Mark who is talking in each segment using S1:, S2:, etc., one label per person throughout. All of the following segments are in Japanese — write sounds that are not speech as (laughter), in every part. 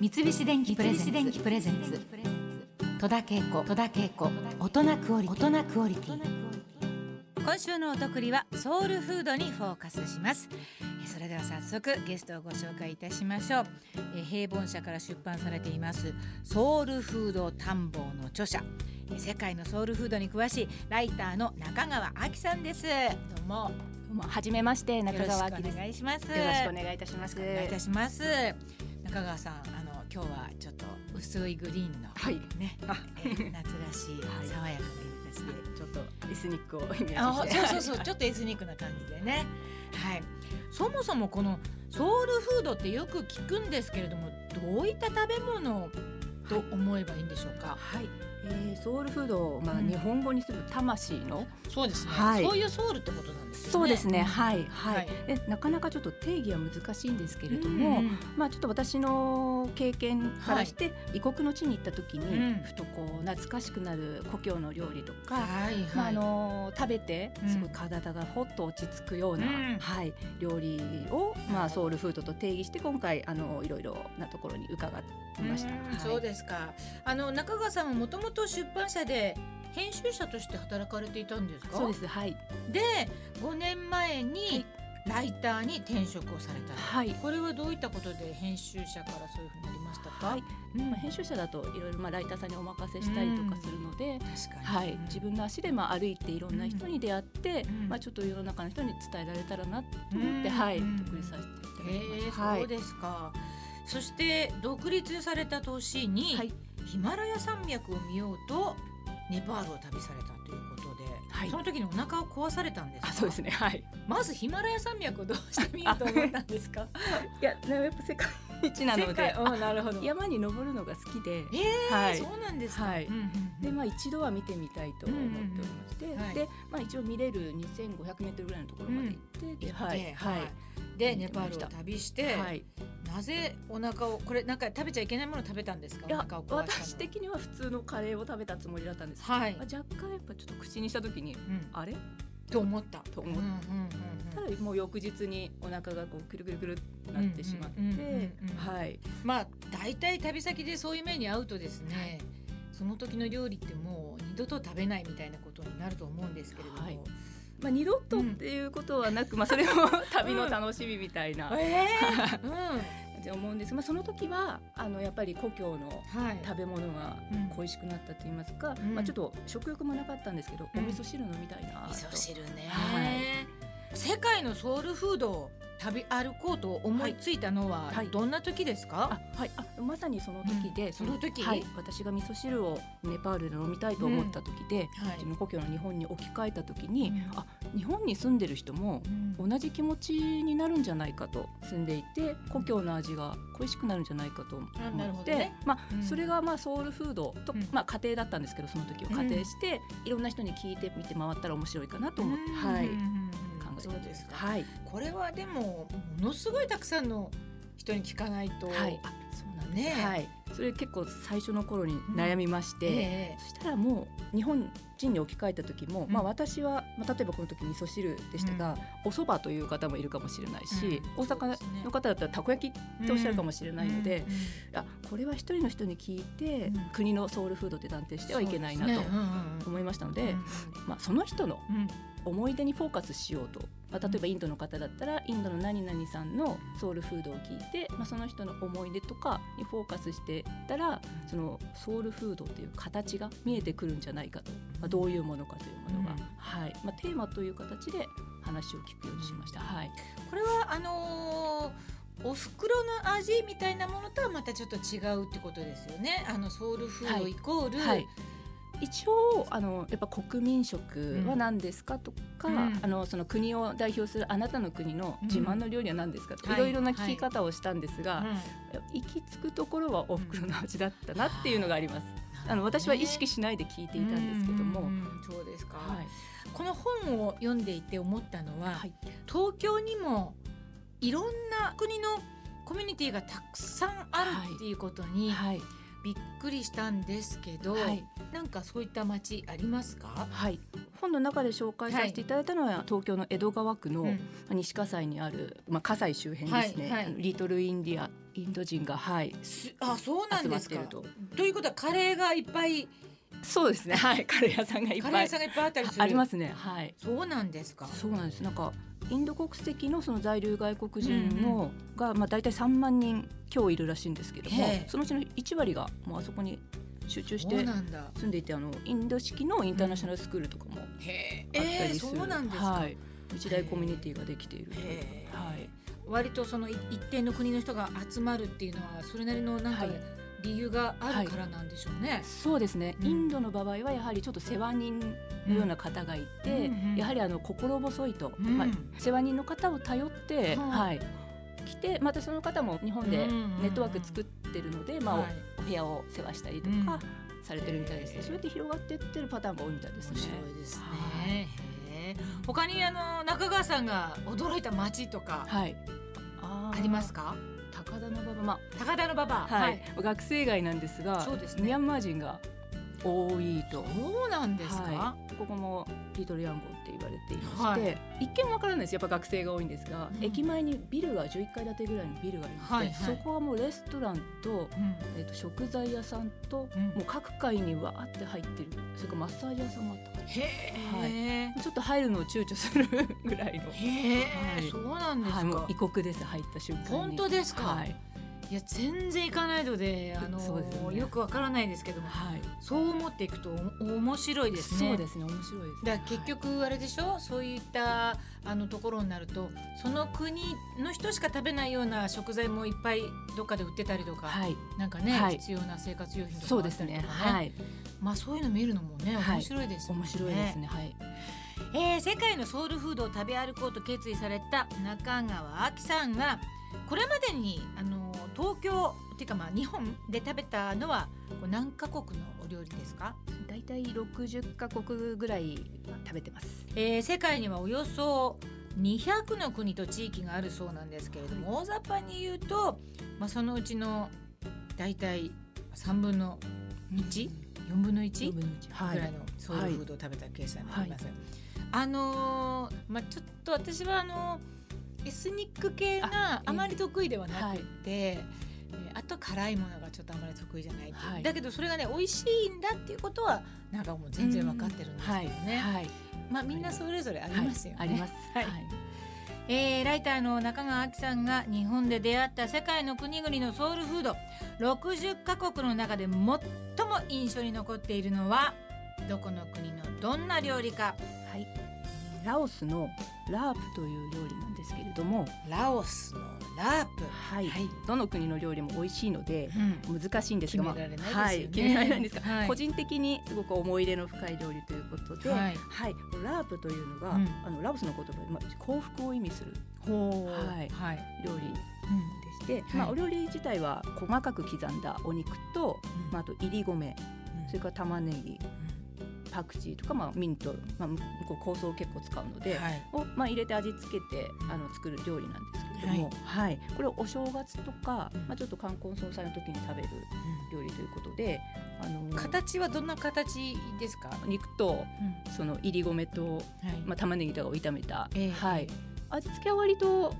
S1: 三菱電機プレゼンツ戸田恵子戸田恵子大人クオリティ大人クオリティ
S2: 今週のお得りはソウルフードにフォーカスしますえそれでは早速ゲストをご紹介いたしましょうえ平凡社から出版されていますソウルフード探訪の著者え世界のソウルフードに詳しいライターの中川亜希さんですどうも
S3: どうもはじめまして中
S2: よろし
S3: 川明
S2: く
S3: で
S2: お
S3: す。よ
S2: 願いします
S3: ろしくお願いいたします。
S2: お願いいたします中川さんあの今日はちょっと薄いグリーンの
S3: はい。
S2: ね、
S3: あ
S2: え
S3: (laughs)
S2: ー夏らしい
S3: はい
S2: 爽やかな色ですね。
S3: ちょっとエスニックをイメ
S2: あ
S3: ージして。
S2: そうそうそうちょっとエスニックな感じでねはいそもそもこのソウルフードってよく聞くんですけれどもどういった食べ物と思えばいいんでしょうか、
S3: はい。えー、ソウルフードをまあ、
S2: うん
S3: 日本語にする魂の
S2: そうですね、
S3: はい
S2: そういうソウルってことなんですね
S3: そうですね。
S2: い
S3: はいはい、
S2: はい
S3: でなかなかちょっと定義は難しいんですけ
S2: け
S3: れども、まあちょっと私の経験からして、異国の地に行った時に、
S2: うん
S3: ふとこう懐かしくなる故郷の料理とか。
S2: はいはい、
S3: まああの食べて
S2: うん
S3: すごい体がほっと落ち着くような、
S2: うん
S3: はい、料理を、ま
S2: は
S3: あ、
S2: い
S3: ソウルフードと定義して今回あのいろいろなところに伺いました。
S2: う
S3: は
S2: ん
S3: い、
S2: そうですかあの中川さんはもともと出版社で編集者として働かれていたんですか
S3: そうですはい、
S2: で5年前にライターに転職をされた、
S3: はい
S2: これはどういったことで編集者からそういうふうになりましたか、
S3: はい
S2: うん
S3: まあ、編集者だといろいろ、まあ、ライターさんにお任せしたりとかするので、
S2: 確かに、
S3: は
S2: う
S3: い
S2: ん、
S3: 自分の足で、まあ、歩いていろんな人に出会って、
S2: うん
S3: まあ、ちょっと世の中の人に伝えられたらなと思って、
S2: うん
S3: はい、
S2: うん
S3: 独立させていただきま
S2: へえ
S3: した。は
S2: そう
S3: い
S2: ですかそして独立された年に、
S3: はい
S2: ヒマラヤ山脈を見ようとネパールを旅されたということで、
S3: はい
S2: その時にお腹を壊されたんですか
S3: あそうです
S2: (laughs)
S3: ねはい
S2: まずヒマラヤ山脈をどうして見ようと思ったんですか
S3: (laughs) いやでもやっぱ世界一なの
S2: 世界
S3: で
S2: うんなるほど
S3: 山に登るのが好きで、
S2: ええ
S3: はい
S2: そうなんですか、
S3: はい
S2: うんうんうん
S3: でまあ一度は見てみたいと思っておりまして、
S2: んうんはい
S3: でまあ一応見れる2500メートルぐらいのところまで行って、で
S2: は
S3: はいい
S2: は
S3: はいい、
S2: で
S3: 見
S2: ネ
S3: て
S2: パ
S3: ま
S2: ー
S3: し
S2: ルを
S3: た
S2: 旅して、
S3: はい、
S2: なぜお腹をこれなんか食べちゃいけないもの食べたんですか
S3: い
S2: お
S3: や
S2: 腹を壊したの
S3: 私的には普通のカレーを食べたつもりだったんですけど、
S2: はい
S3: ま、あ、若干やっぱちょっと口にした時に
S2: うん、
S3: あれ
S2: と思った
S3: と思ったたらもう翌日にお腹がこうくるくるくるってなってしまって、
S2: うんうんうんうんうん
S3: はい
S2: まあ大体旅先でそういう目に遭うとですね、その時の料理ってもう二度と食べないみたいなことになると思うんですけれども、
S3: はいまあ二度とっていうことはなく、まあそれも旅の楽しみみたいな感
S2: え
S3: (laughs)
S2: えうん
S3: じで思うんですが、まあその時はあのやっぱり故郷の
S2: はい
S3: 食べ物が
S2: うん
S3: 恋しくなったと言いますか、
S2: うん
S3: まあちょっと食欲もなかったんですけど、
S2: うん
S3: お味噌汁飲みたいなと。
S2: 味噌汁ね、
S3: は
S2: 世界のソウルフードを旅歩こうと思いついたのは
S3: はい
S2: どんな時ですか、
S3: あはい、あまさにその時で、
S2: うんその時
S3: はい、私が味噌汁をネパールで飲みたいと思った時で、
S2: はい
S3: 自分の故郷の日本に置き換えた時に、
S2: うん
S3: あ日本に住んでる人も同じ気持ちになるんじゃないかと住んでいて故郷の味が恋しくなるんじゃないかと思
S2: あなるほど
S3: って、
S2: ね
S3: まあ
S2: うん
S3: それがまあソウルフードと、
S2: うん
S3: まあ、家庭だったんですけどその時を家庭して、いろんな人に聞いてみて回ったら面白いかなと思って、はい、
S2: うんうんう
S3: 考
S2: ん
S3: えて
S2: そうですか、
S3: はい、
S2: これはでもものすごいたくさんの人に聞かないと、
S3: はい、あそうなんです、
S2: ねえ
S3: はい、それ結構最初の頃に悩みまして、
S2: ええ
S3: そしたらもう日本人に置き換えた時
S2: う
S3: も、
S2: ん
S3: まあ、私は、まあ、例えばこの時味噌汁でしたが、お蕎麦という方もいるかもしれないし、
S2: うん
S3: 大阪
S2: そうですね
S3: の方だったらたこ焼きっておっしゃるかもしれないので、あこれは一人の人に聞いて、
S2: うん
S3: 国のソウルフードって断定してはいけないな
S2: そう
S3: と
S2: ですねうんうんうん
S3: 思いましたので
S2: うん
S3: まあ、その人の
S2: うん
S3: 思い出にフォーカスしようと、まあ、例えばインドの方だったらインドの何々さんのソウルフードを聞いて、まあ、その人の思い出とかにフォーカスしてたらそのソウルフードという形が見えてくるんじゃないかと、まあ、どういうものかというもの
S2: う
S3: が、
S2: ん
S3: はいまあ、テーマという形で話を聞くようにしました。はい、
S2: これはあのーお袋の味みたいなものとはまたちょっと違うってことですよね。あのソウルフード
S3: はい
S2: イコール、
S3: はい一応あのやっぱ国民食は何ですかとか、
S2: うん
S3: あのその国を代表するあなたの国の自慢の料理は何ですかとか、
S2: うん
S3: いろいろな
S2: は
S3: 聞
S2: い
S3: き方をしたんですが、行き着くところはお袋の味だったなっていうのがあります。あの私は意識
S2: し
S3: しないで聞いていたんですけども、
S2: そうですか、
S3: はい、
S2: この本を読んでいて思ったのは、
S3: はい
S2: 東京にもいろんな国のコミュニティがたくさんあるっていうことに、
S3: はい、
S2: びっくりしたんですけど、
S3: はい
S2: なんかそういった街ありますか？
S3: はい、本の中で紹介させていただいたのは、東京の江戸川区の、
S2: うん
S3: 西葛西にある、まあ、葛西周辺ですね、
S2: はいはい
S3: リトルインディアインド人がはい
S2: すあそうなん
S3: 集ま
S2: で
S3: っ
S2: す
S3: て
S2: か
S3: る。と
S2: ということはカレーがいっぱい
S3: そうですねはいカレー屋さんがいっ
S2: カレー
S3: ぱ
S2: 屋
S3: い
S2: さんがいっぱいあったりする。
S3: あありますねはい
S2: そうなんですか。
S3: そうなんですなんかインド国籍のその在留外国人の、が、まあ、大体3万人強いるらしいんですけども
S2: へえ
S3: そのうちの1割がもうあそこに集中し
S2: そう
S3: て
S2: なんだ。
S3: 住んでいてあのインド式のインターナショナルスクールとかもあっ
S2: へ
S3: た
S2: え
S3: りする、
S2: そうなんですか。
S3: はい、一大コミュニティができているという
S2: へえ
S3: はい、
S2: 割とそのい一定の国の人が集まるっていうのはそれなりのなんか
S3: はい
S2: 理由があるからなんでしょうね。
S3: そうですね、
S2: うん
S3: インドの場合はやはりちょっと世話人のような方がいて、
S2: うんうん
S3: やはりあの心細いと、
S2: うん
S3: まあ、世話人の方を頼って、
S2: は
S3: はい、来てまたその方も日本で
S2: うんうんうんうん
S3: ネットワーク作ってるので、まあ
S2: はい
S3: お部屋を世話したりとかされてるみたいですね、それで広がってってるパターンが多いみたいです
S2: 面
S3: ね。
S2: 白いですね。へえ他にあの中川さんが驚いた街とか
S3: はいあ
S2: あ
S3: ー
S2: りますか？
S3: 高田の馬場、ま
S2: 高田の馬場。
S3: あはい。学生街なんですが
S2: そうですね
S3: ミャンマー人が多いと
S2: そうなんですか
S3: は。い、ここもリトルヤンゴって言われていまして、
S2: はい
S3: 一見わからないですやっぱ学生が多いんですが、
S2: うん
S3: 駅前にビルが11階建てぐらいのビルがありまして、
S2: はいはい
S3: そこはもうレストランと,、
S2: うん
S3: えっと食材屋さんと、
S2: うん
S3: もう各階にわーって入ってるそれからマッサージ屋さんもあったか
S2: へえ。
S3: らちょっと入るのを躊躇するぐらいの。
S2: へ
S3: は
S2: え。
S3: い
S2: そうなんです
S3: はい、もう
S2: か
S3: 異。国です入った瞬間に
S2: 本当ですか
S3: はい、
S2: いや全然行かないので、あ
S3: そうです
S2: の
S3: ね
S2: よくわからないですけども、
S3: はい
S2: そう思っていくとお面白いですね。
S3: そうですね面白いですね
S2: だから結局あれでしょ、そういったあのところになるとその国の人しか食べないような食材もいっぱいどっかで売ってたりとか、
S3: はい、
S2: なんかね、
S3: はい
S2: 必要な生活用品とか
S3: そ
S2: も
S3: う
S2: あ
S3: で
S2: っ
S3: す
S2: たり
S3: ね
S2: とかね
S3: はい
S2: まあそういうの見るのもね
S3: はい
S2: 面白いですよね、
S3: 面白いですねはい
S2: えー世界のソウルフードを食べ歩こうと決意された中川亜紀さんはこれまでにあの東京っていうかまあ日本で食べたのはこう何カ国のお料理ですか、
S3: 大体60カ国ぐらい食べてます。
S2: えー世界にはおよそ200の国と地域があるそうなんですけれども、大雑把に言うと、まあ、そのうちの大体3分の1 4分の 1?
S3: 一分の一。は
S2: ぐらい
S3: い。
S2: のソウルフードを食べた計算になります。あのーまあちょっと私はあのーエスニック系が
S3: あ
S2: あまり得意ではな
S3: は
S2: く
S3: い。
S2: て、えーあと辛いものがちょっとあまり得意じゃないっていう、
S3: はい
S2: だけどそれがね美味しいんだっていうことはなんかもう全然わかってるんですけどね、
S3: はい。
S2: まあみんなそれぞれありますよね。
S3: あります。
S2: は
S3: はいい。
S2: えーライターの中川亜紀さんが日本で出会った世界の国々のソウルフード60カ国の中で最も印象に残っているのはどこの国のどんな料理か
S3: はい。ラオスのラープという料理なんですけれども、
S2: ラオスのラープ
S3: はい
S2: はい
S3: どの国の料理も美味しいので。難しいんですが、まあ
S2: 決められないですよね (laughs)
S3: はい、決められないんですが、
S2: はい
S3: 個人的にすごく思い入れの深い料理ということで、
S2: は
S3: はいい、ラープというのが、
S2: うん
S3: あのラオスの言葉で、まあ、幸福を意味する
S2: ほ
S3: う
S2: はいはい、
S3: 料理
S2: うん
S3: でして、
S2: い
S3: まあ、お料理自体は細かく刻んだお肉と、
S2: うん
S3: まあ、あといり米それ
S2: か
S3: から玉ねぎパクチーとか、まあ、ミント、まあ、向こう香草を結構使うので、
S2: はい
S3: を、まあ、入れて味付けてあの作る料理なんですけれども、はいこれをお正月とか、
S2: うん
S3: まあ、ちょっと冠婚葬祭の時に食べる料理ということであの
S2: 形はどんな形ですか、
S3: 肉とそのいり米と、
S2: はい
S3: まあ、玉ねぎとかを炒めた、
S2: ええ
S3: はい、味付けは割と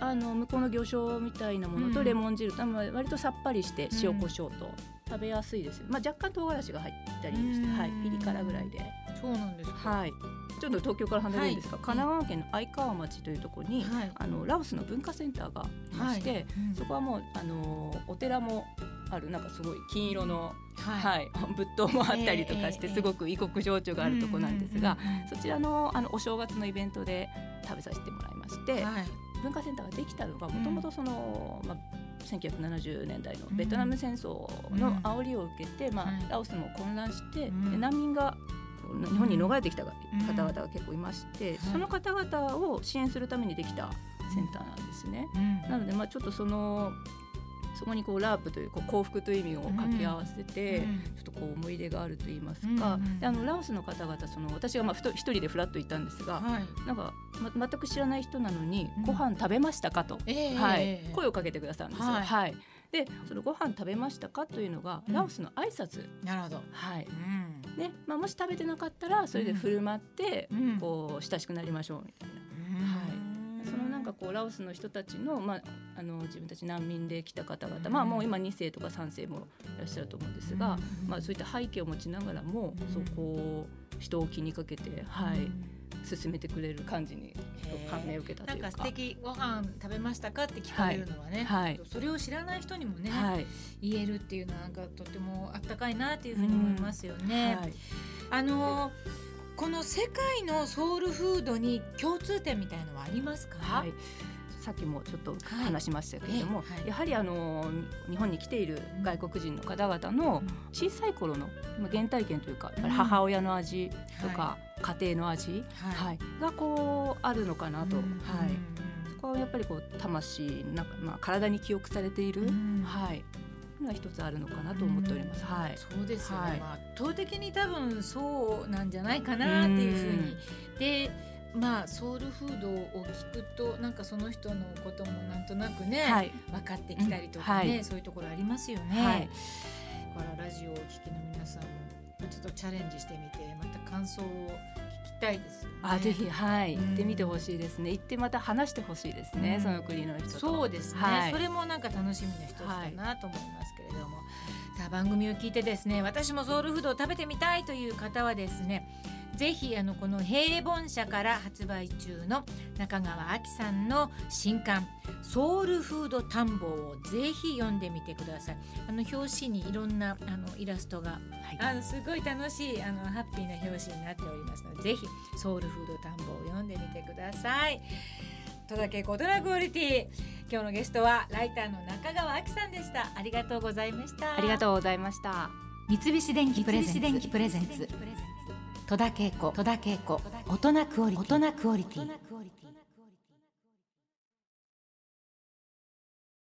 S3: あの向こうの魚醤みたいなもの
S2: う
S3: と
S2: ん
S3: レモン汁と、まあ割とさっぱりして塩コショウと食べやすいですよ、まあ、若干唐辛子が入ったりして、
S2: うん
S3: はい、ピリ辛ぐらいで。
S2: そうなんですか、
S3: はい、ちょっと東京から離れるんですが、
S2: はい
S3: 神奈川県の愛川町というところに、
S2: はい
S3: あのラオスの文化センターがありまして、
S2: うん
S3: そこはもう、あのーお寺もあるなんかすごい金色の、
S2: はい
S3: はい (laughs) 仏塔もあったりとかして、
S2: ええええ
S3: すごく異国情緒があるところなんですが、
S2: うんうんうんうん
S3: そちらのあのお正月のイベントで食べさせてもらいまして、
S2: はい
S3: 文化センターができたのがもともとその、まあ1970年代のベトナム戦争の煽りを受けて、ま
S2: はい
S3: あ、ラオスも混乱して、
S2: うん
S3: で難民が日本に逃れてきた方
S2: うん
S3: 々が結構いまして、
S2: い
S3: その方々を支援するためにできたセンターなんですね。
S2: うん
S3: なので、まあ、ちょっとそのそこにこうラープというこう幸福という意味を掛け合わせて、
S2: うん
S3: ちょっとこう思い出があると言います
S2: うん
S3: か、
S2: うん
S3: であのラオスの方々その私がまあふと一人でフラッと行ったんですが、
S2: はい
S3: なんか、ま、全く知らない人なのに、
S2: うん
S3: ご飯食べましたかと、
S2: ええ
S3: は
S2: え
S3: い
S2: えええ、
S3: 声をかけてくださるんですよ。
S2: は
S3: はいいでそのご飯食べましたかというのが
S2: うん
S3: ラオスの挨拶、
S2: なるほど。
S3: はい
S2: うん。
S3: ねまあ、もし食べてなかったらそれで振る舞って、
S2: うん
S3: こう親しくなりましょうみたいな。
S2: はい
S3: そのなんかこうラオスの人たちの,、まあ、あの自分たち難民で来た方々、まあ、もう今2世とか3世もいらっしゃると思うんですが、まあ、そういった背景を持ちながらも、
S2: うん
S3: そうこう人を気にかけて、はい進めてくれる感じに感銘を受けた
S2: な
S3: と
S2: ん
S3: いうか
S2: か素敵ご飯食べましたかって聞かれるのはね、
S3: はいはい
S2: それを知らない人にもね、
S3: はい
S2: 言えるっていうのはなんかとてもあったかいなっていうふうに思いますよね。
S3: はい
S2: あのーこの世界のソウルフードに共通点みたいのはありますか？
S3: はい、さっきもちょっと話しましたけれども、
S2: はいええはい
S3: やはりあの日本に来ている外国人の方々の小さい頃のまあ原体験というかやっぱり母親の味とか家庭の味、
S2: はい
S3: はいがこうあるのかなと、
S2: うん
S3: はい、そこはやっぱりこう魂なんか、まあ、体に記憶されてい
S2: う
S3: る、
S2: ん
S3: はい、のが一つあるのかなと思っております。
S2: うん
S3: はい
S2: そうですよね、
S3: はい
S2: まあ圧倒的に多分そうなんじゃないかなっていうふうに。でまあソウルフードを聞くとなんかその人のこともなんとなくね、
S3: はい
S2: 分かってきたりとかね、
S3: うんはい
S2: そういうところありますよね。
S3: はい
S2: だからラジオをお聞きの皆さんもまあちょっとチャレンジしてみてまた感想を聞きたいですよね。
S3: あぜひ、はい、
S2: うん
S3: 行ってみてほしいですね。行ってまた話してほしいですね、
S2: うん
S3: その国の人と。
S2: そうですね、
S3: はい
S2: それもなんか楽しみの一つだなと思いますけれども、さあ番組を聞いてですね私もソウルフードを食べてみたいという方はですねぜひあのこの平凡社から発売中の中川亜紀さんの新刊「ソウルフード探訪」をぜひ読んでみてください。あの表紙にいろんなあのイラストが
S3: はい
S2: あのすごい楽しいあのハッピーな表紙になっておりますのでぜひソウルフード探訪を読んでみてください。戸田恵子大人クオリティ今日のゲストはライターの中川亜紀さんでしたありがとうございました
S3: ありがとうございました。
S1: 三菱電機プレゼンツ
S2: 三菱電機プレゼンツ
S1: 戸田恵子戸田恵子大人クオリティ大人クオリティ